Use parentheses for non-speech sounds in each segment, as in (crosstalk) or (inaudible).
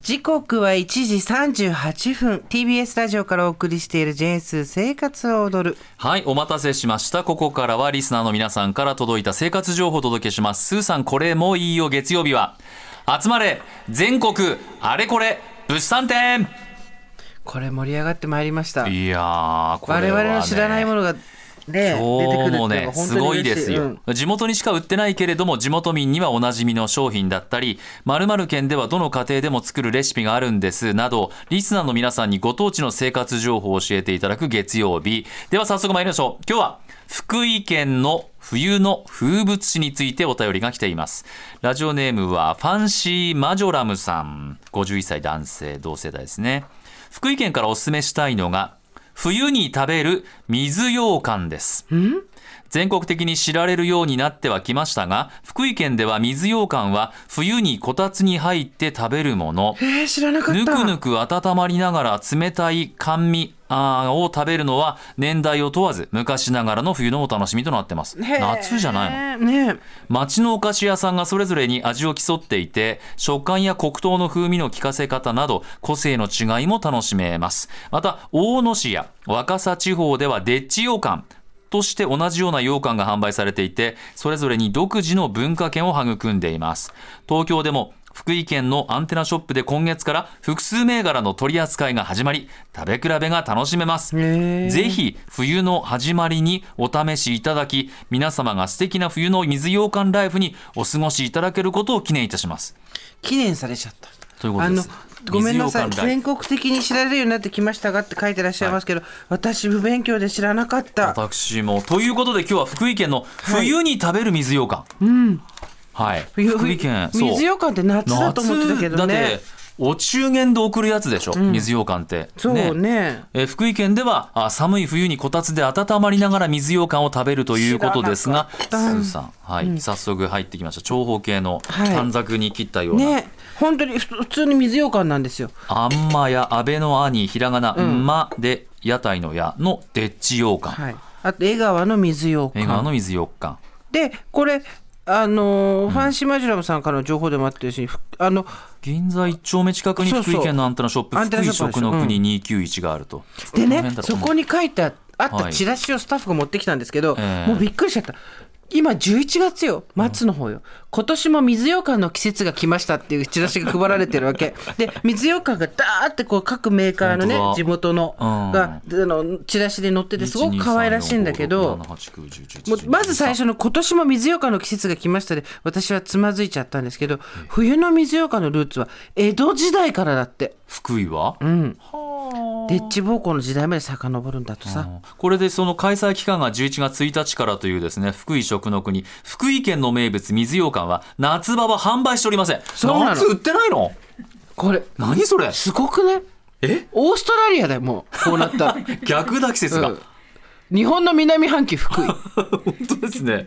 時刻は1時38分 TBS ラジオからお送りしている「ジェンス生活を踊るはい、お待たせしました。ここからはリスナーの皆さんから届いた生活情報をお届けします。スーさん、これもいいよ、月曜日は。集まれ、全国、あれこれ、物産展」これ盛り上がってまいりました、いやー、これは、我ね。々の知らないものがね出て今く日るもっていうのねが本す当にごい嬉でしすうよん、地元にしか売ってないけれども地元民にはおなじみの商品だったり〇〇県ではどの家庭でも作るレシピがあるんですなどリスナーの皆さんにご当地の生活情報を教えていただく月曜日では早速参りましょう今日は福井県の冬の風物詩についてお便りが来ていますラジオネームはファンシーマジョラムさん51歳男性同世代ですね福井県からおすすめしたいのが冬に食べる水羊羹です全国的に知られるようになってはきましたが福井県では水羊羹は冬にこたつに入って食べるものえー、知らなかったぬくぬく温まりながら冷たい甘味あーを食べるのは年代を問わず昔ながらの冬のお楽しみとなってます夏じゃないののねえ町のお菓子屋さんがそれぞれに味を競っていて食感や黒糖の風味の効かせ方など個性の違いも楽しめますまた大野市や若狭地方ではでっち羊羹として同じような羊羹が販売されていてそれぞれに独自の文化圏を育んでいます東京でも福井県のアンテナショップで今月から複数銘柄の取り扱いが始まり食べ比べが楽しめますへえぜひ冬の始まりにお試しいただき皆様が素敵な冬の水羊羹ライフにお過ごしいただけることを記念いたします記念されちゃったということですあのごめんなさい水羊羹ライ全国的に知られるようになってきましたがって書いてらっしゃいますけど、私不勉強で知らなかったフ私もということで今日は福井県の冬に食べる水羊羹はい、冬福井県水羊羹って夏だと思ってたけど夏だっねてお中元で送るやつでしょ、水羊羹ってそうねえー福井県ではあ寒い冬にこたつで温まりながら水羊羹を食べるということですが知スらなかったーさん、はい早速入ってきました長方形のはい短冊に切ったような、ね本当にふ普通に水羊羹なんですよあんまや安倍の兄ひらがな、まで屋台の屋のでっち羊羹、はいあと江川の水羊映画羹の水羊羹でこれあのーファンシーマジュラムさんからの情報でもあってるしふあの銀座一丁目近くにそうそう福井県のアンテナショップアンテナショップ福井食の国291があると、でこのね辺だろそうこに書いてああっはたいチラシをスタッフが持ってきたんですけど、ええもうびっくりしちゃった今11月よ末の方よ、今年も水羊羹の季節が来ましたっていうチラシが配られてるわ (laughs) けで水羊羹がダーってこう各メーカーのね本当だ地元のうんが、あのチラシで載っててすごく可愛らしいんだけど。もうまず最初の今年も水羊羹の季節が来ましたで私はつまずいちゃったんですけど冬の水羊羹のルーツは江戸時代からだって福井は、でっち奉公の時代まで遡るんだとさこれでその開催期間が11月1日からというですね福井食の国福井県の名物水羊羹は夏場は販売しておりませんそうなの夏売ってないのこれ何それすごくねえオーストラリアだよもうこうな (laughs) ったら逆だ季節が、うん日本の南半球福 (laughs) 井本当ですね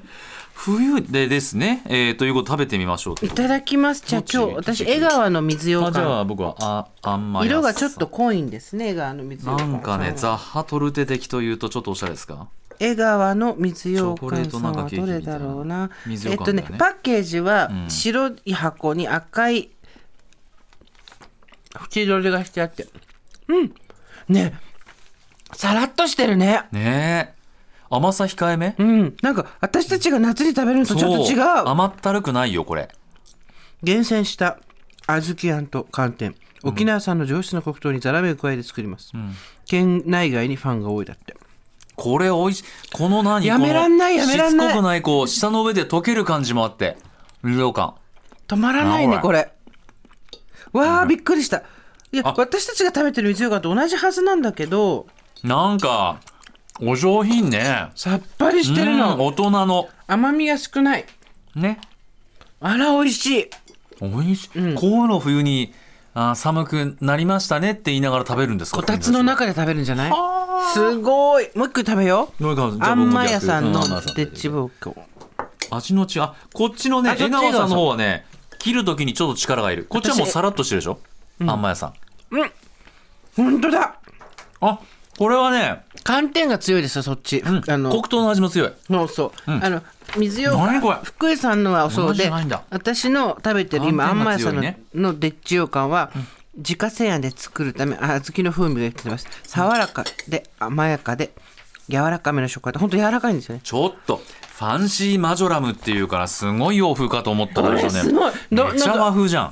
冬でですね、えーということで食べてみましょうといいうことただきますじゃあ今日私江川の水で羊あじゃ羹あ僕はああんまり色がちょっと濃いんですね江川の水羊な羹んかねさんはザッハトルテ的というとちょっとおしゃれですか江川の水羊チョコレ羹ートさなんんはかケーキどみたれいなだろうな水えっ羊と羹だねよねパッケージはん白い箱に赤い縁取りがしてあってうんねさらっとしてるねねえ甘さ控えめ、うん、なんか私たちが夏に食べるのとちょっと違そうう甘ったるくないよこれ厳選した小豆あんと寒天沖縄産の上質な黒糖にザラメを加えて作ります、県内外にファンが多いだってこれおいしこの何やめらんないこやのめらんないしつこくないこう舌の上で溶ける感じもあって水道感止まらないねなこれわあびっくりしたいやあ私たちが食べてる水ようかんと同じはずなんだけどなんかお上品ねさっぱりしてるうんの大人の甘みが少ないねあら美味しいおいしい、こういうの冬にあー寒くなりましたねって言いながら食べるんですかこたつの中で食べるんじゃないすごいもう一個食べようどういう感じじゃああ僕んも逆ま屋さんのうんあんま屋さんデッチボーク味の違いあこっちのあねそっち江川さんの方はね切るときにちょっと力がいるこっちはもうさらっとしてるでしょ、あんま屋さん本当だあこれはね、寒天が強いですよそっち、うんあの黒糖の味も強いそうそう、うんあの水よう何これかん福井さんのはそう同じじでゃないんだ私の食べてる今あんまや寒天が強さんいのねのでっちようかんは、自家製あんで作るためあ小豆の風味が生きてます爽やかで甘やかで柔らかめの食感で本当柔らかいんですよねちょっとファンシーマジョラムっていうからすごい洋風かと思ったこられ今すごいどめっちゃ和風じゃん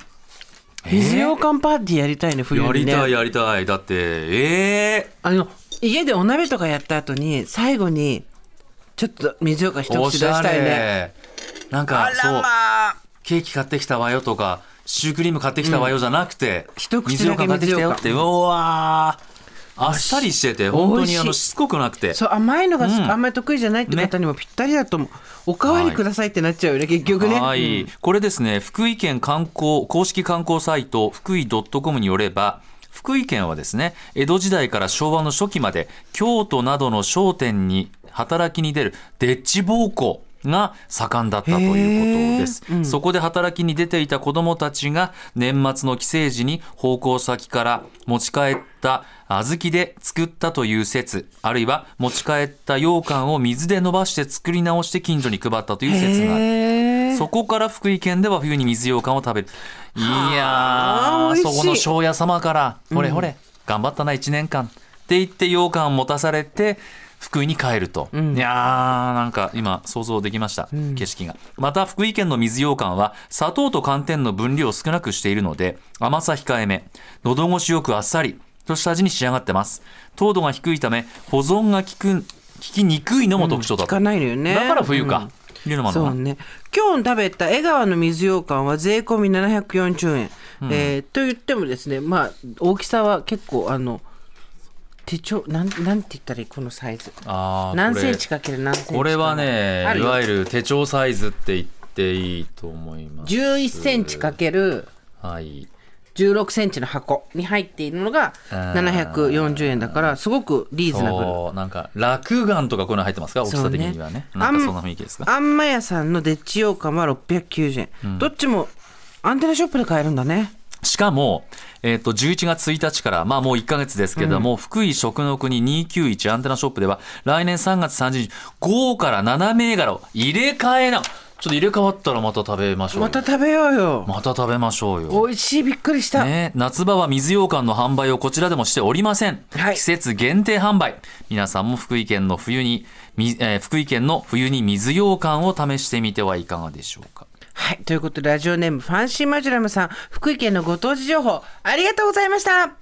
えー水羊羹パーティーやりたいね冬やにりねたいやりたいだってえあの家でお鍋とかやった後に最後にちょっと水ようか一ー、お口出しゃしたいねれなんかそうケーキ買ってきたわよとかシュークリーム買ってきたわよじゃなくて、一口水だようけかん買ってきたよってうわーあっさりしてて本当にあ美の味しいしつこくなくてそう甘いのがうんあんまり得意じゃないって方にもぴったりだと思う、おかわりくださいってなっちゃうよね結局ねはい、これですね福井県観光公式観光サイト福井 .com によれば福井県はですね江戸時代から昭和の初期まで京都などの商店に働きに出るデッチ奉公が盛んだったということです、へーうんそこで働きに出ていた子どもたちが年末の帰省時に奉公先から持ち帰った小豆で作ったという説あるいは持ち帰った羊羹を水で伸ばして作り直して近所に配ったという説があるへーそこから福井県では冬に水羊羹を食べる。いやあーー、美そ味しいこの庄屋様から、ほれほれ、頑張ったな、1年間。って言って羊羹を持たされて、福井に帰ると、いやーなんか今想像できました、景色がまた福井県の水羊羹は砂糖と寒天の分量を少なくしているので甘さ控えめ喉越しよくあっさりとした味に仕上がってます糖度が低いため保存が効く効きにくいのも特徴だ聞と、かないのよねだから冬か、いうのもあるのそかうなね今日食べた江川の水羊羹は税込み740円、えーと言ってもですねまあ大きさは結構あの手帳なんなんて言ったらいいこのサイズあー何これセンチかける何センチかこれはねあるいよわゆる手帳サイズって言っていいと思います11センチかけるはい16センチの箱に入っているのがあー740円だからすごくリーズナブルそうなんか落眼とかこういうの入ってますか大きさ的にはねそうねなんあかんそんな雰囲気ですかあんま屋さんのデッチ羊羹は690円、どっちもアンテナショップで買えるんだねしかも、えっと11月1日から、まあ、もう1か月ですけれども、福井食の国291アンテナショップでは来年3月30日5から7銘柄を入れ替えなちょっと入れ替わったらまた食べましょうよまた食べようよ、また食べましょうよ美味しいびっくりした、ね、夏場は水羊羹の販売をこちらでもしておりません、はい季節限定販売皆さんも福井県の冬に、みえー福井県の冬に水羊羹を試してみてはいかがでしょうかはいということでラジオネームファンシーマジュラムさん福井県のご当地情報ありがとうございました